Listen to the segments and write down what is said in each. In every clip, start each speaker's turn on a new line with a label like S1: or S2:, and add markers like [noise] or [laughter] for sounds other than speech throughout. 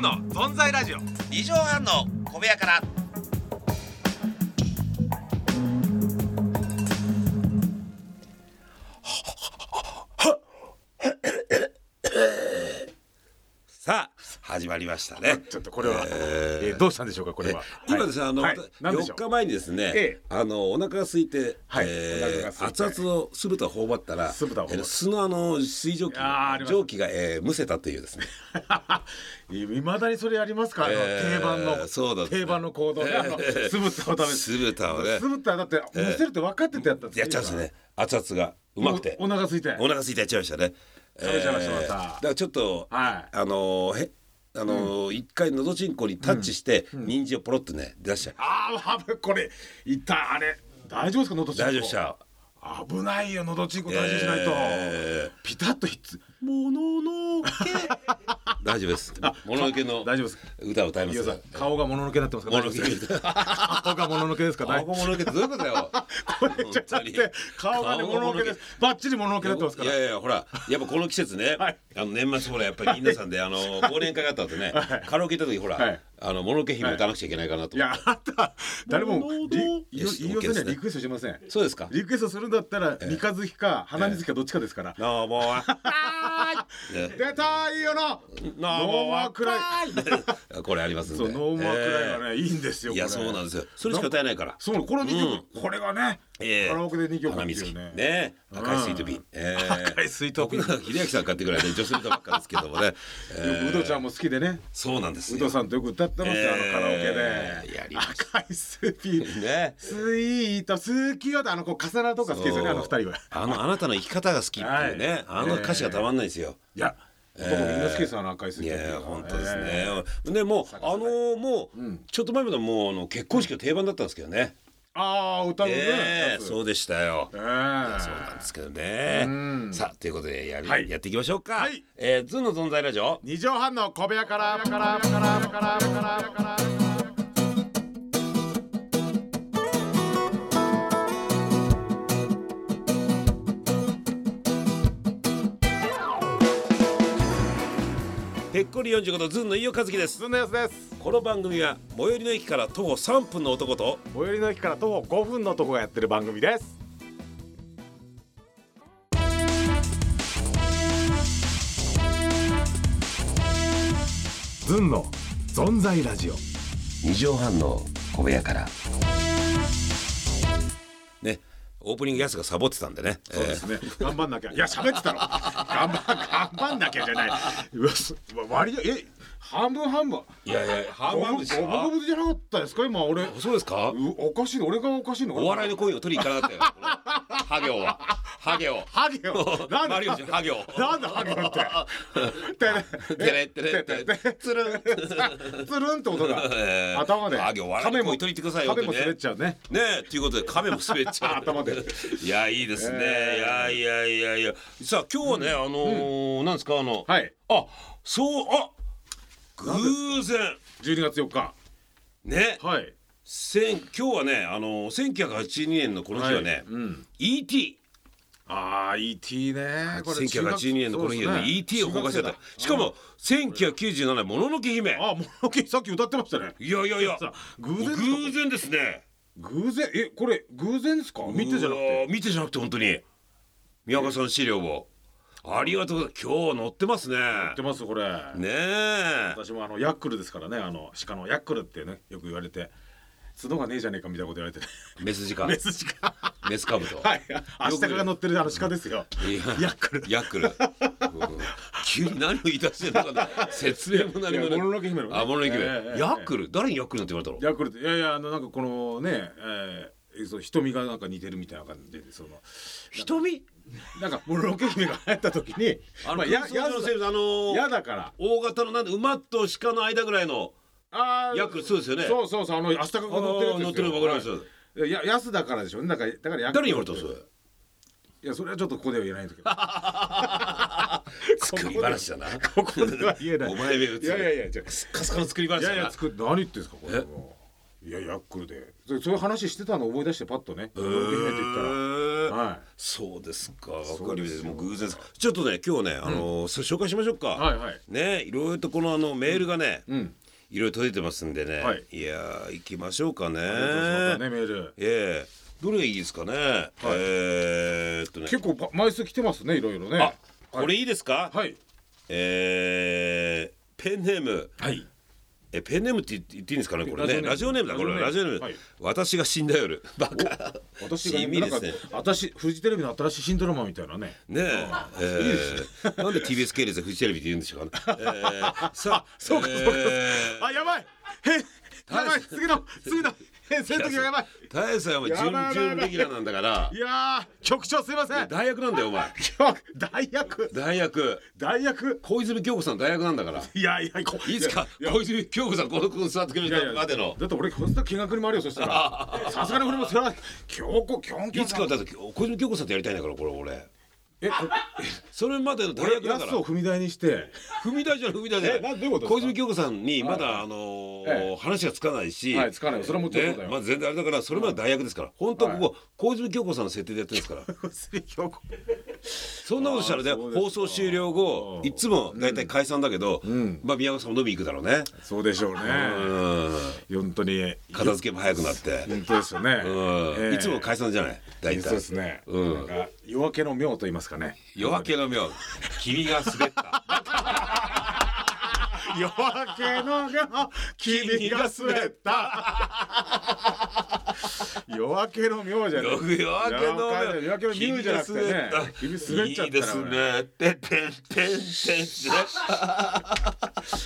S1: の存在ラジオ
S2: 二畳半の小部屋からさあ始まりましたね
S3: [laughs] ちょっとこれは、えーどうしたんでしょうかこれは。
S4: 今
S3: はい
S4: ですね、あの、
S3: はい、何でしょ
S4: 4
S3: う。
S4: 日前にですね、
S3: ええ
S4: あのお腹が空いて、
S3: はいお腹
S4: え
S3: が
S4: ー
S3: 空いて
S4: 熱々の酢豚を頬張ったら、
S3: 酢豚を頬張る
S4: えー酢のあの水蒸気
S3: あーあ
S4: が、
S3: ります
S4: 蒸気が、えー、むせたというですね。
S3: [laughs] いまだにそれありますか、あの
S4: えー
S3: 定番の、
S4: そうだ
S3: 定番の行動で、あの酢豚を食べる。
S4: 酢豚をね
S3: 酢、豚だって、むせるって分かっててやったんです
S4: やっちゃうんですね。熱々がうまくて、
S3: おお腹空いて。
S4: お腹空いてやっちゃいましたね。
S3: 食べちゃいましたま
S4: だ
S3: た
S4: からちょっと、
S3: はい
S4: あのーへあのー一回のどちんこにタッチして、人参をポロッとね出しちゃう。
S3: ああ、これ、一体あれ、大丈夫ですか、のどちんこ。
S4: 大丈夫でし。た。
S3: 危ないよ、のどちんこ大事にしないと。
S4: え
S3: ピタッとひっつ。
S4: もののけ。 [laughs] 大丈夫です。もののけの
S3: 大丈夫です。
S4: 歌を歌いま
S3: 飯尾
S4: す
S3: さん。顔がもののけになってますか。
S4: もののけ
S3: 大丈夫ですか顔がもののけで
S4: [laughs]
S3: すか。大
S4: 顔がもののけってどういうことだよ。
S3: これじゃなくて顔がねもののけです。バッチリもののけなってますか
S4: い
S3: ら。
S4: やいやほらやっぱこの季節ね、
S3: はい
S4: あの年末ほらやっぱり皆さんで
S3: [laughs]
S4: あの忘年会があった後ね、カラオケ行った時ほら、
S3: はい
S4: あのもののけ姫歌わなくちゃいけないかなと
S3: い
S4: 思って、
S3: やあった誰も
S4: ものの
S3: り
S4: い
S3: い
S4: や
S3: よ
S4: ちょっと
S3: 飯
S4: オッケーで
S3: 尾さんに
S4: す
S3: は
S4: ね
S3: リクエストしません。
S4: そうですか。
S3: リクエストするんだったら三日月か花水かどっちかですから。
S4: どうもは
S3: 出たいよな。ノーマークライ。
S4: これありますんで。
S3: そうノーマークライ
S4: え
S3: はねいいんですよ。
S4: ーいや
S3: こ
S4: そ
S3: れ
S4: うなんですよ。それしか歌えないから。
S3: そうこの二曲これがね
S4: ええ
S3: カラオケで二曲
S4: 花
S3: で
S4: 水
S3: すよ
S4: 木
S3: ね。
S4: ね赤いスイートピン。えー
S3: 赤いスイートピン
S4: 僕らが秀明さん買ってくらいね女性歌ばっかですけどもね。え
S3: よく
S4: ー
S3: ウドちゃんも好きでね。
S4: そうなんです
S3: ウ
S4: よ。
S3: ドさんとよく歌ってますよあのカラオケ
S4: えー
S3: で。
S4: やりまし
S3: 赤いスーピー。
S4: たね。
S3: スイート好きよってあのこう重なるとこが好きですよねあの二人は。
S4: あのあなたの生き方が好きっていうね、
S3: はい
S4: あの歌詞がたまんないですよ。
S3: いや、僕みんな好きですよあの赤いスイ
S4: い
S3: ートピー
S4: や
S3: は
S4: 本当ですね。
S3: ええ
S4: でもうあのーもう、ちょっと前までもうあの結婚式の定番だったんですけどね。
S3: ああ歌うね。
S4: ええ
S3: やつ
S4: そうでしたよ。
S3: ええ
S4: そうなんですけどね。さあということでや,、
S3: はい
S4: やっていきましょうか。
S3: はい
S4: えーズーの存在ラジオ。
S3: 二畳半の小部屋からからからからからから
S4: ぺっこり45度ズーの飯尾和樹です。
S3: ずんのやつです。
S4: この番組は最寄りの駅から徒歩3分の男と
S3: 最寄りの駅から徒歩五分のとこがやってる番組です。ずんの存在ラジオ。
S4: 2畳半の小部屋から。ねオープニングやすがサボってたんでね。
S3: そうですね。頑張んなきゃ。いや、喋ってたろ。頑張、頑張んなきゃじゃない。うわ、す、わ割合、え、半分半分。
S4: えーいやいや半
S3: ゴ
S4: 々
S3: ム
S4: でした
S3: ゴムじゃなかったですか、今、俺。う
S4: そうですか。
S3: おかしいの、俺がおかしいの。
S4: お笑いの声を取りに行かなかったよ。ハゲオは。ハゲオ。
S3: ハゲ
S4: [laughs]
S3: よ。なん
S4: マ
S3: だ
S4: リオじゃんハゲオ。
S3: なんだハゲよ
S4: [laughs]
S3: って。
S4: てれってれってれ。つるん。
S3: つ [laughs] るんって音が
S4: えー
S3: 頭で。
S4: ハゲお笑いの声取りに行ってくださいよ。
S3: 亀も
S4: 本当にね
S3: 滑っちゃうね。
S4: ねえということで亀も滑っちゃう
S3: 頭で
S4: いやいいですね、
S3: ええ
S4: いやいやいやいやさあ今日はね、あのーなんですかあの、
S3: はい。
S4: あそうあ偶然
S3: 12月4日。
S4: ね
S3: はい。
S4: せん今日はねあのー1982年のこの日はね、
S3: うん。
S4: E.T.
S3: ああ、E.T. ね。これ
S4: 1982年のこの日はね E.T. を公開された、しか。
S3: 中学そうですね中学生
S4: も1997
S3: だ
S4: 年もののけ姫
S3: あ、もう、OK さっき歌ってましたね。
S4: いやいやいや
S3: さ偶然ですか
S4: 偶然ですね
S3: 偶然、え、これ、偶然ですか。見てじゃなく
S4: うわ
S3: て。
S4: ー見てじゃなくて本当に宮川さんの資料をありがとうございます今日載ってますね
S3: やってます、これ。
S4: ねえ
S3: 私もあのヤックルですからね、あの鹿のヤックルってね、よく言われて。角がねえじゃねえかみたいなこと言われて。 [laughs]
S4: メス鹿
S3: メス鹿。
S4: [laughs] メスカブト、
S3: はい、明日が乗ってるあの鹿ですよ。
S4: いや
S3: ヤックル。
S4: ヤックル、うん急に何を言い出してる
S3: [laughs]
S4: のかな説明も何も
S3: いやものの
S4: な
S3: け姫のね
S4: あもののけ姫、
S3: ええええ
S4: ヤックル誰にヤックルなんて言われたの
S3: ヤックルって、いやいや、あのなんかこのね、えー、そう瞳がなんか似てるみたいな感じで、その。
S4: 瞳
S3: なんか、もののけ姫が流行った時に。
S4: あの
S3: まあ、や、
S4: 空想
S3: や
S4: 上の生物あのー
S3: やだから。
S4: 大型のなんで馬と鹿の間ぐらいの
S3: あー
S4: ヤックルそうですよね
S3: そうそうそう、あの、明日が乗ってるやつですよ。
S4: 乗ってる馬ぐらいです
S3: は
S4: よ、
S3: いや、やすだからでしょだから、だからヤックル
S4: 誰に言われたのそれ
S3: いや、それはちょっとここでは言えないんだけど。
S4: [laughs] 作り話だな
S3: ここでは言えない。
S4: お前目移る
S3: いやいやいや、じゃあ
S4: カスカの作り話
S3: い
S4: だな
S3: やいや、作って、何言ってんですか、これ
S4: え
S3: もいやヤックルでそそういう話してたの思い出してパッとね「ロック姫」って言ったらはい
S4: そうですか。わ
S3: そう
S4: かりま
S3: で
S4: し
S3: す
S4: た。
S3: よ
S4: もう偶然です。ちょっとね、今日ね、あの、それ紹介しましょうか。
S3: はいはい
S4: ね、いろいろとこのあのメールがね、
S3: うん
S4: いろいろ届いてますんでね。
S3: はい
S4: やー、行きましょうかね。
S3: ありがとうございますまたねメール
S4: ええどれがいいですかね。えー、っとね。
S3: 結構ば枚数来てますねいろいろね
S4: あ、これいいですか。
S3: はい
S4: えーペンネーム。
S3: はい
S4: えペンネームって言っていいんですかねこれね
S3: ラ
S4: ラ
S3: ジ
S4: ジ
S3: オ
S4: オ
S3: ネ
S4: ネ
S3: ー
S4: ー
S3: ム
S4: ムだこれ
S3: ラ
S4: ラジ
S3: ジオ
S4: オ
S3: ネ
S4: ネー
S3: ーム
S4: ム、
S3: はい
S4: 私が死んだ夜バカ
S3: 私
S4: 地
S3: が
S4: 味
S3: な
S4: で
S3: んか
S4: すね
S3: 私フジテレビの新しい新ドラマみたいなね
S4: ねええーなんで TBS 系列でフジテレビって言うんでしょうかね、えー、 [laughs] さあ
S3: そうかそうか
S4: えー
S3: あやばいへやばい次の次の
S4: [laughs]
S3: 編成の時がやばい
S4: 大佐はお前
S3: やばいやばい
S4: 準々レギュラーなんだから
S3: いやー局長すいません
S4: 大役なんだよお前
S3: 今日 [laughs] 大役
S4: 大役
S3: 大役
S4: 小泉京子さん大役なんだから
S3: いやいやこ
S4: いいですか小泉京子さんこの子に座ってくれ
S3: いやいや
S4: るまでの
S3: だって俺こんな見学に回るよそしたらさすがに俺もそれは強行キョンキョ
S4: い
S3: ン
S4: つ
S3: さ
S4: か
S3: ん
S4: だって小泉京子さんとやりたいんだからこれ俺
S3: えこ
S4: それまでの大
S3: 俺
S4: 役だ
S3: や
S4: か
S3: つ
S4: ら
S3: を踏み台にして
S4: 踏み台じゃない踏み台じゃない
S3: えなどういうことですか
S4: 小泉京子さんにまだ、
S3: はい
S4: あのー
S3: え
S4: 話がつかないし、
S3: はいつかないよそれはもちろんそうだ
S4: ね
S3: よ
S4: まあ、全然あれだからそれまで大役ですから、本当はここ、小泉京子さんの設定でやってるんですからそんなことしたらね
S3: あーそうですか
S4: 放送終了後いつも大体解散だけど、まあ、宮本さんも飲みに行くだろうね、
S3: そうでしょうね
S4: うん、
S3: 本当に
S4: 片付けも早くなって、
S3: 本当ですよね
S4: うんいつも解散じゃない大体
S3: そうですね
S4: うん
S3: なんか夜明けの妙と言いますかね
S4: 夜明けの妙君が滑った
S3: 夜明けの妙君が滑
S4: [laughs]
S3: った夜明けの妙じゃない
S4: 夜明けの
S3: 夜明けの妙じゃなくてね君滑っちゃ
S4: いい
S3: った
S4: で
S3: ら
S4: す
S3: 俺
S4: ねてんてんてんてんて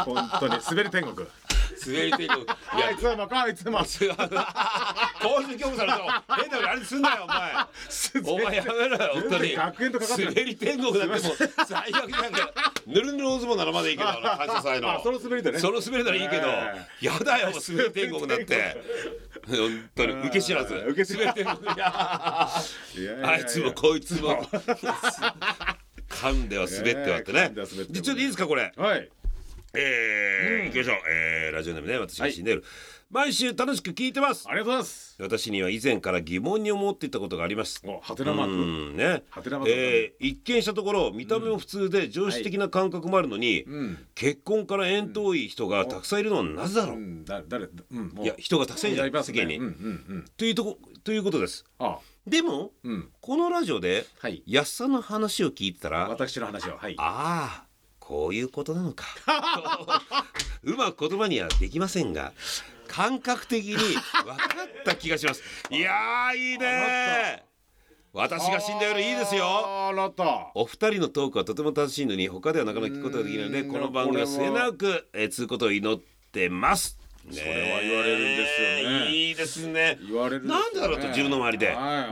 S3: 本当に滑り天国
S4: ん滑り [laughs] ていくい
S3: あいつもかあいつも
S4: 違う。高級業務さんと変なことあれすんなよお前。お前やめろよ本当に。
S3: 全然学園とかかってない
S4: 滑り天国だってもう最悪じゃんか。ぬるぬる大相撲ならまだいいけど、
S3: [laughs]
S4: あの感謝祭
S3: あその
S4: の。
S3: 滑りだね
S4: その滑りならいいけど
S3: え、
S4: やだよ滑り天国だって。本当に受け知らず。
S3: 受け知ら
S4: ず。
S3: いやいやいや
S4: あいつもこいつ
S3: [laughs]
S4: も。噛んでは滑ってはって
S3: ええ噛
S4: ね
S3: んでは滑っ。て
S4: でちょっといいですかこれ。
S3: はい
S4: えー、行きましょう。えー、ラジオネームね、私が死んでる。毎週楽しく聞いてます
S3: あ。りがとうございます
S4: 私には以前から疑問に思っていたことがあります。
S3: おハテナマ
S4: う
S3: ーク
S4: んね
S3: ハテナマーク
S4: えー一見したところ見た目も普通で常識的な感覚もあるのに、
S3: ん
S4: 結婚から縁遠い人がたくさんいるのはなぜだろう、
S3: うんだ誰うんもう
S4: いや人がたくさんいるじゃ
S3: や
S4: な
S3: り
S4: い
S3: ます
S4: 世
S3: ね
S4: 間に、
S3: うんうんうん
S4: というとこということです
S3: あ
S4: でも、
S3: うん
S4: このラジオで
S3: はい
S4: 安さんの話を聞いてたら
S3: 私の話ははい
S4: ああこういうことなのか [laughs] うまく言葉にはできませんが感覚的に分かった気がし
S3: [laughs]
S4: ますいやーいいね私が死んだ夜いいですよ
S3: あなた
S4: お二人のトークはとても楽しいのに他ではなかなか聞くことができないので
S3: うーん
S4: この番組は末永くえー続くことを祈ってますそ
S3: それは言われるんですよね
S4: いいですね
S3: 言われる
S4: なんでだろうと自分の周りでね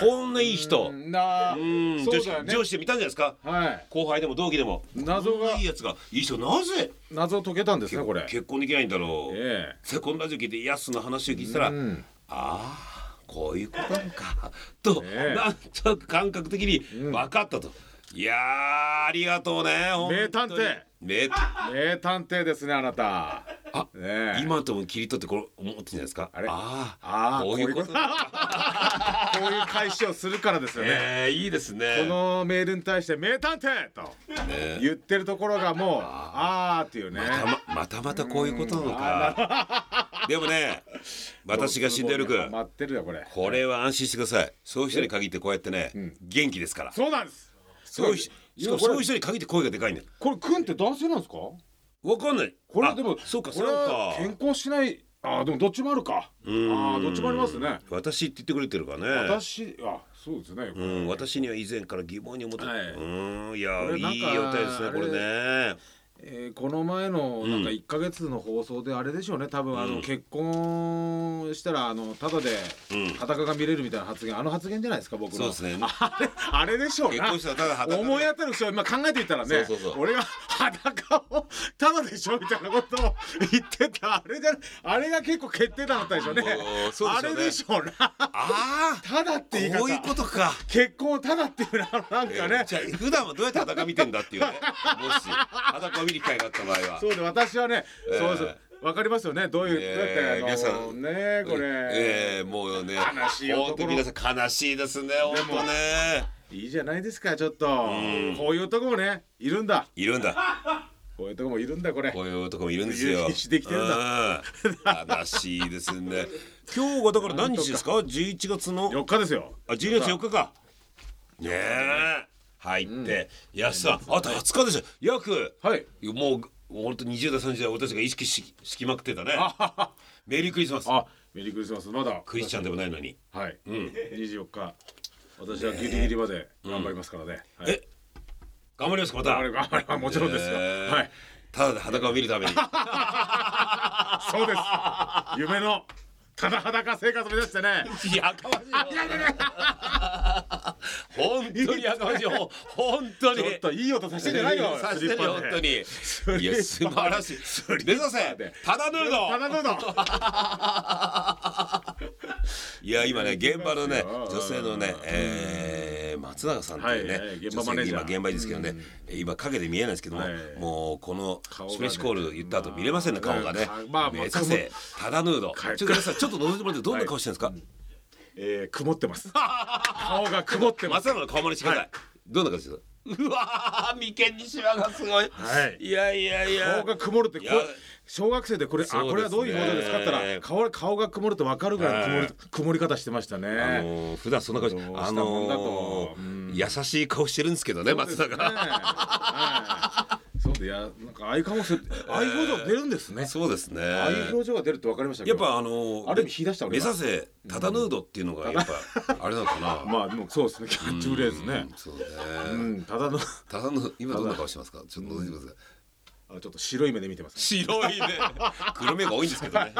S3: こ
S4: こんないい人
S3: な
S4: うん
S3: そ
S4: 女
S3: う
S4: 子
S3: だよね
S4: 上司で見たんじゃないですか
S3: はい
S4: 後輩でも同期でも
S3: 謎
S4: こん
S3: が
S4: ないいやつがいい人なぜ
S3: 謎解けたんですねこれ
S4: 結婚できないんだろう
S3: え
S4: セコンドラジオ聞いてヤスの話を聞いてた
S3: え
S4: ら、
S3: うん
S4: ああこういうことなのかと、
S3: ねえ
S4: なんとなく感覚的に分かったと、いやーありがとうね本当に
S3: 名探偵
S4: 名
S3: 名探偵ですねあなた
S4: あ
S3: ねえ
S4: 今とも切り取ってこれ思ってんじゃないですか
S3: あれ
S4: あ
S3: あ
S4: あ
S3: あ
S4: こういうこと
S3: こういう返しをするからですよね
S4: えー、いいですね
S3: このメールに対して名探偵と言ってるところがもうあーっていうね
S4: またままたまたこういうことなのかでもね私が死んでるく
S3: 待ってるよこれ
S4: これは安心してくださいそういう人に限ってこうやってね、元気ですから
S3: そうなんです
S4: そういう人しかも
S3: いやこれ
S4: そういう人に限って声がでかいんだよ
S3: これくんって男性なんですか
S4: わかんない
S3: これ
S4: あ
S3: でも
S4: そうか
S3: こ
S4: そう
S3: れは
S4: か
S3: 健康しないあーでもどっちもあるかあ
S4: うん
S3: ーどっちもありますね
S4: 私って言ってくれてるからね
S3: 私あそうですね
S4: うん、私には以前から疑問に思って、
S3: は
S4: はいうんい
S3: こ
S4: や
S3: れなんか
S4: いい予定ですねこれね
S3: えーこの前のなんか1か月の放送であれでしょうね多分あの結婚したらあのタダで
S4: うん
S3: 裸が見れるみたいな発言あの発言じゃないですか僕の
S4: そうですね
S3: [laughs] あれあれでしょう
S4: 結
S3: な
S4: 婚したらただ裸
S3: 思い当たる人は今考えてみたらね
S4: そうそうそう
S3: 俺が裸をタダでしょみたいなことを言ってたあれじゃあれが結構決定打だったでしょうね
S4: もうそう
S3: あれで
S4: でし
S3: しょうな
S4: あ
S3: タダって言い
S4: あ
S3: 方
S4: こういうことか
S3: 結婚をタダっていうのはなんかね
S4: じゃあ普段はどうや
S3: [laughs]
S4: って裸見てんだっていうねもし裸を見る機会があった場合は
S3: そうで私はね、
S4: えー
S3: そうそうわかりますよねどういう、
S4: えー
S3: だってあの
S4: 皆
S3: ねこれ、
S4: ええもうね
S3: 悲しい
S4: 本
S3: 男
S4: 当皆さん悲しいですね本当ね
S3: いいじゃないですかちょっと
S4: ん
S3: こういう男もねいるんだ
S4: いるんだ
S3: こういう男もいるんだこれ
S4: こういう男もいるんですよ
S3: 必死できてるん
S4: うん悲しいです
S3: [laughs]
S4: ね今日がだから何日ですか11月の
S3: 4日ですよ
S4: あ12月4日かねえ入って、いやさあと20日ですよ約
S3: はい
S4: もう本当20代30代俺たちが意識ししきまくってたね
S3: あはは
S4: メリークリスマス
S3: あメリークリスマスまだ
S4: クリスチャンでもないのに、
S3: はい、
S4: うん、
S3: 24日私はギリギリまで頑張りますからね、はい、
S4: え頑張りますかまた
S3: 頑張れ頑張れもちろんですよ、
S4: ねえ
S3: はい
S4: ただで裸を見るために
S3: そうです夢のただ裸生活目指してね
S4: いやかましいよ本当にやかましいよ本当に
S3: ちょっといい音させてんじゃないよ
S4: さしてるよ本当にいや
S3: スリ
S4: 素
S3: ッパ
S4: 晴らしい目指せ
S3: で
S4: ただヌード
S3: ただどうぞ
S4: いや今ね現場のね
S3: うん
S4: 女性のね、えー松永さんっていうね、
S3: はいはい現場マネージャー
S4: 女性今現場ですけどね、今影で見えないですけども、
S3: はい
S4: もうこの
S3: 顔が
S4: ス
S3: ね
S4: ペースコール言った後見れませんね
S3: まあ
S4: 顔がね、
S3: まあまあ
S4: 目指せただヌードちょ
S3: か
S4: っと皆さんちょっと覗いてもらってどんな顔してるんですか、
S3: えー、曇ってます顔が曇ってます
S4: 松永の顔真似してください、どんな顔してるうわー眉間にシワがすごい、
S3: はい
S4: いやいやいや
S3: 顔が曇るってこれ
S4: いや
S3: 小学生でこれ、あ
S4: そうですね
S3: これはどういうことですかって言ったら顔顔が曇ると分かるぐらい曇り曇り方してました
S4: あ
S3: ね。
S4: のー普段そんな顔して
S3: どうした
S4: あ
S3: もんだ
S4: の
S3: と
S4: ー優しい顔してるんですけどね松
S3: そうです
S4: 永
S3: ねはいそうでいやなんかああいう顔するああいう表情出るんですね。
S4: そうですね
S3: ああいう表情が出るって分かりましたけ
S4: や
S3: ど。
S4: っぱあの
S3: ある意味引き出した
S4: 目
S3: 俺が
S4: 指せタダヌードっていうのがやっぱあれなのかな。
S3: [laughs] まあでもそうですねキャッチフレーズね
S4: うん。そう
S3: う
S4: ね。
S3: んただのあ
S4: タダヌー今どんな顔してますか。ちょっと覗いてください。
S3: ちょっと白い目で見てます。
S4: 白いね。黒目が多いんですけ
S3: [laughs]
S4: どね。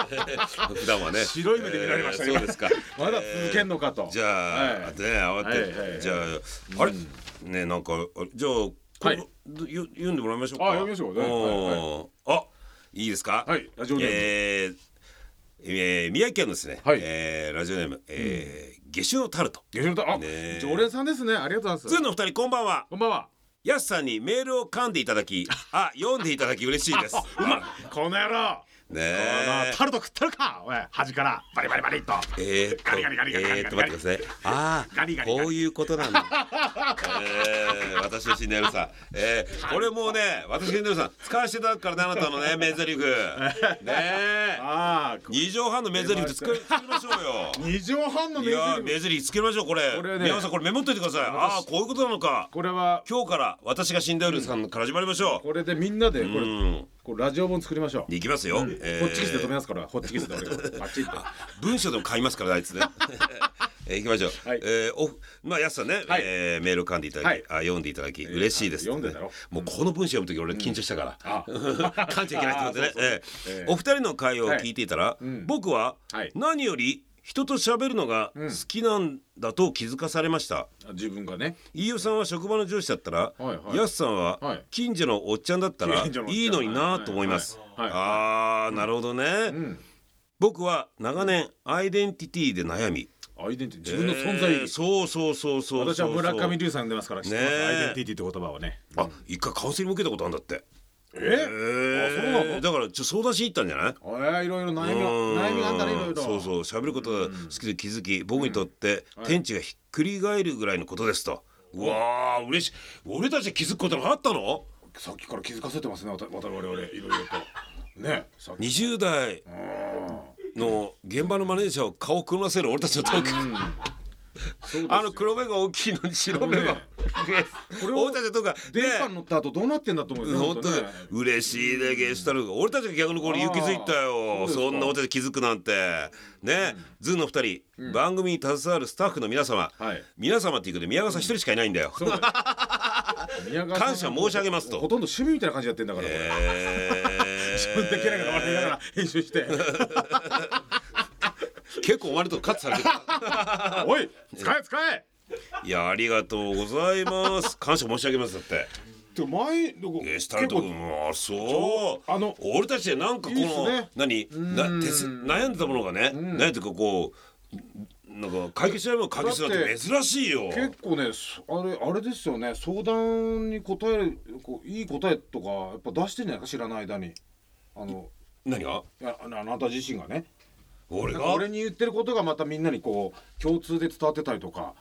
S4: 普段はね。
S3: 白い目で見られました
S4: えー
S3: 今
S4: そうです
S3: [laughs]
S4: か。
S3: まだ続けんのかと。
S4: じゃあ
S3: はい
S4: ね慌
S3: はいはい
S4: て
S3: は
S4: て
S3: い
S4: じゃああれねなんかあじゃあこ
S3: は
S4: れ
S3: い
S4: どよ読んでもらいましょうか。
S3: あ読みましょうね
S4: うんあいいですか。
S3: はいラジオネーム
S4: えーえー宮城県のですね、
S3: はい
S4: えーラジオネーム、えー夏至のタルト
S3: 下旬だあ、
S4: ねえ
S3: 常連さんですねありがとうございま
S4: ズー
S3: す。
S4: のお二人こんばんは
S3: こんばんは。
S4: やすさんにメールを噛んでいただきあ読んでいただき嬉し
S3: [laughs]
S4: いですうま
S3: この野郎。
S4: ね
S3: あ
S4: え
S3: のタルト食ってるかおい端からバリバリバリっと
S4: えー、っと
S3: ガリガリガリガリガリ
S4: えーっと待ってくださいああ
S3: ガリガリガリ
S4: こういうことなんだえー、私のシンデレラさん、えー、これもうね私のシンデレラさん使わせていただくからねあなたの
S3: [laughs]
S4: ね名台詞ねえ
S3: ああ
S4: 2畳半の名台詞作
S3: [laughs]
S4: り作りましょうよ
S3: 二畳半の
S4: いやー、
S3: 目
S4: 目尻つけましょう、これ。
S3: これね
S4: 皆さん、これメモっといてください。ああー、こういうことなのか。
S3: これは
S4: 今日から、私が死んだよりさんから始まりましょ
S3: これでみんなでこ
S4: う。う
S3: れ
S4: ん、
S3: これラジオ本作りましょう
S4: いきますよ。えー
S3: ホッチキスで止めますからホッチキスで俺がバチッと
S4: 文章でも買いますから、あいつ
S3: [laughs]
S4: ね。えー、行きましょう。
S3: はい
S4: えーおまあ、やすさんね、
S3: はい
S4: えーメールを噛んでいただき、
S3: はい
S4: あ、読んでいただき、嬉しいです、ね。
S3: 読んでたよ
S4: もう、この文章読むとき、俺緊張したから。 [laughs]
S3: あ
S4: 噛んじゃいけないと思ってね
S3: あーそうそうそう
S4: ええ
S3: ええ
S4: お二人の会話を聞いていたら、
S3: ん
S4: 僕は
S3: はい
S4: 何より人と喋るのが好きなんだと気づかされました、
S3: 自分がね
S4: 飯尾さんは職場の上司だったら、
S3: はいはい
S4: やすさん
S3: は
S4: はい近所のおっちゃんだったら
S3: 近所のおっちゃん
S4: いいのになぁと思います。
S3: はいはいはい
S4: ああ、なるほどね、
S3: うん
S4: 僕は長年アイデンティティで悩み、
S3: アイデンティティ自分の存在意
S4: えー
S3: 義
S4: そうそうそうそうそう
S3: 私は村上龍さん出ますから知ってます
S4: ねえ
S3: アイデンティティって言葉をね
S4: あ、一回カウンセリング受けたことあるんだって。
S3: え
S4: ー
S3: あそうなの
S4: だからちょっと相談しに行ったんじゃない？
S3: あいろいろ悩みが
S4: うん
S3: 悩みがあったねいろいろ
S4: そうそう喋ることが好きで気づき、僕にとって天地がひっくり返るぐらいのことですと、うわあ嬉しい俺たち気づくことがあったの
S3: さっきから気づかせてますねわた我々俺いろいろとねさっき
S4: ?20 代の現場のマネージャーを顔をくるませる俺たちのトーク、
S3: そうですよ
S4: あの黒目が大きいのに白目が、
S3: ね
S4: これを俺たちのトークが
S3: 電波
S4: ね
S3: に乗った後どうなってんだと思うよね
S4: 本当に
S3: ね
S4: 嬉しいねゲシュタルが俺たちが逆にこれ勇気づいた
S3: あ
S4: よ
S3: ーそ
S4: そ
S3: うですか
S4: んな俺たち気づくなんてね、ズンの二人、番組に携わるスタッフの皆様、
S3: はい
S4: 皆様っていうことで宮川さん一人しかいないんだよ。
S3: そうだよ宮川さん
S4: 感謝申し上げますと
S3: ほとんど趣味みたいな感じでやってんだから、これ
S4: え
S3: 自分でキャラが笑いながら編
S4: [laughs]
S3: 集して
S4: ー結構お前のとこカットされてる。
S3: 「おい使え使え!
S4: [laughs] いやありがとうございます。感謝申し上げますだって。」
S3: って前のこ
S4: ゲシュタルト君あそう。
S3: あの
S4: 俺たちでなんかこの
S3: いいっすね
S4: 何な
S3: うん
S4: 手す悩んでたものがね、悩んでかこうなんか解決しないものが解決するなん
S3: だ
S4: て
S3: って
S4: 珍しいよ。
S3: 結構ねそあれあれですよね相談に答えるこういい答えとかやっぱ出してんじゃないか知らない間にあの
S4: 何が
S3: いやあのあなた自身がね
S4: 俺
S3: なん
S4: が
S3: か俺に言ってることがまたみんなにこう共通で伝わってたりとか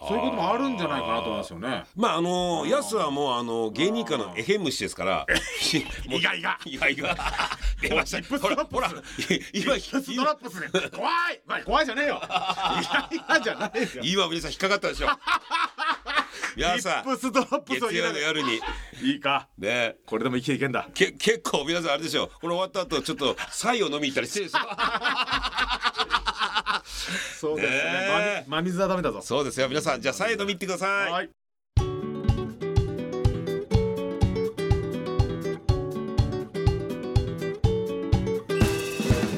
S3: そういうこともあるんじゃないかなと思いますよね
S4: まああのー、ヤスはもうあのー芸人界のエヘムシです
S3: [laughs]
S4: から。意外が意外が出ました。ほらほら今
S3: ストラップスね怖いまあ怖いじゃねえよいやいやじゃないですよ
S4: 今皆さん引っかかったでし
S3: [laughs]
S4: ょ。皆さ
S3: リッ
S4: ん
S3: プストラップスを
S4: 月
S3: 言いな
S4: 曜
S3: が
S4: の
S3: ら
S4: 夜に
S3: いいか
S4: ね
S3: これでも生きていけんだ
S4: け結構皆さんあれでしょ。これ終わった後ちょっ
S3: [laughs]
S4: とサイを飲み行ったりしてるでしょ。
S3: そうですね
S4: ねえ
S3: ま真水はダメだぞ
S4: そうですよ皆さんじゃあサイ飲み行ってください。
S3: はい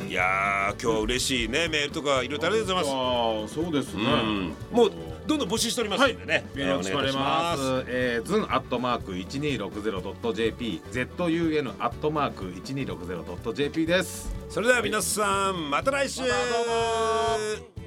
S4: いやー今日は嬉しいねメールとかいろいろありがとうございま
S3: ああそうです
S4: す。う
S3: ね
S4: んもうどんどん募集しておりますんでね。
S3: よろしくお願いしま
S4: お願いいたし
S3: す。えー、ズンアットマーク一二六ゼロドット jp、z u n アットマーク一二六ゼロドット jp です。
S4: ますそれでは皆さんまた来週。
S3: またどうも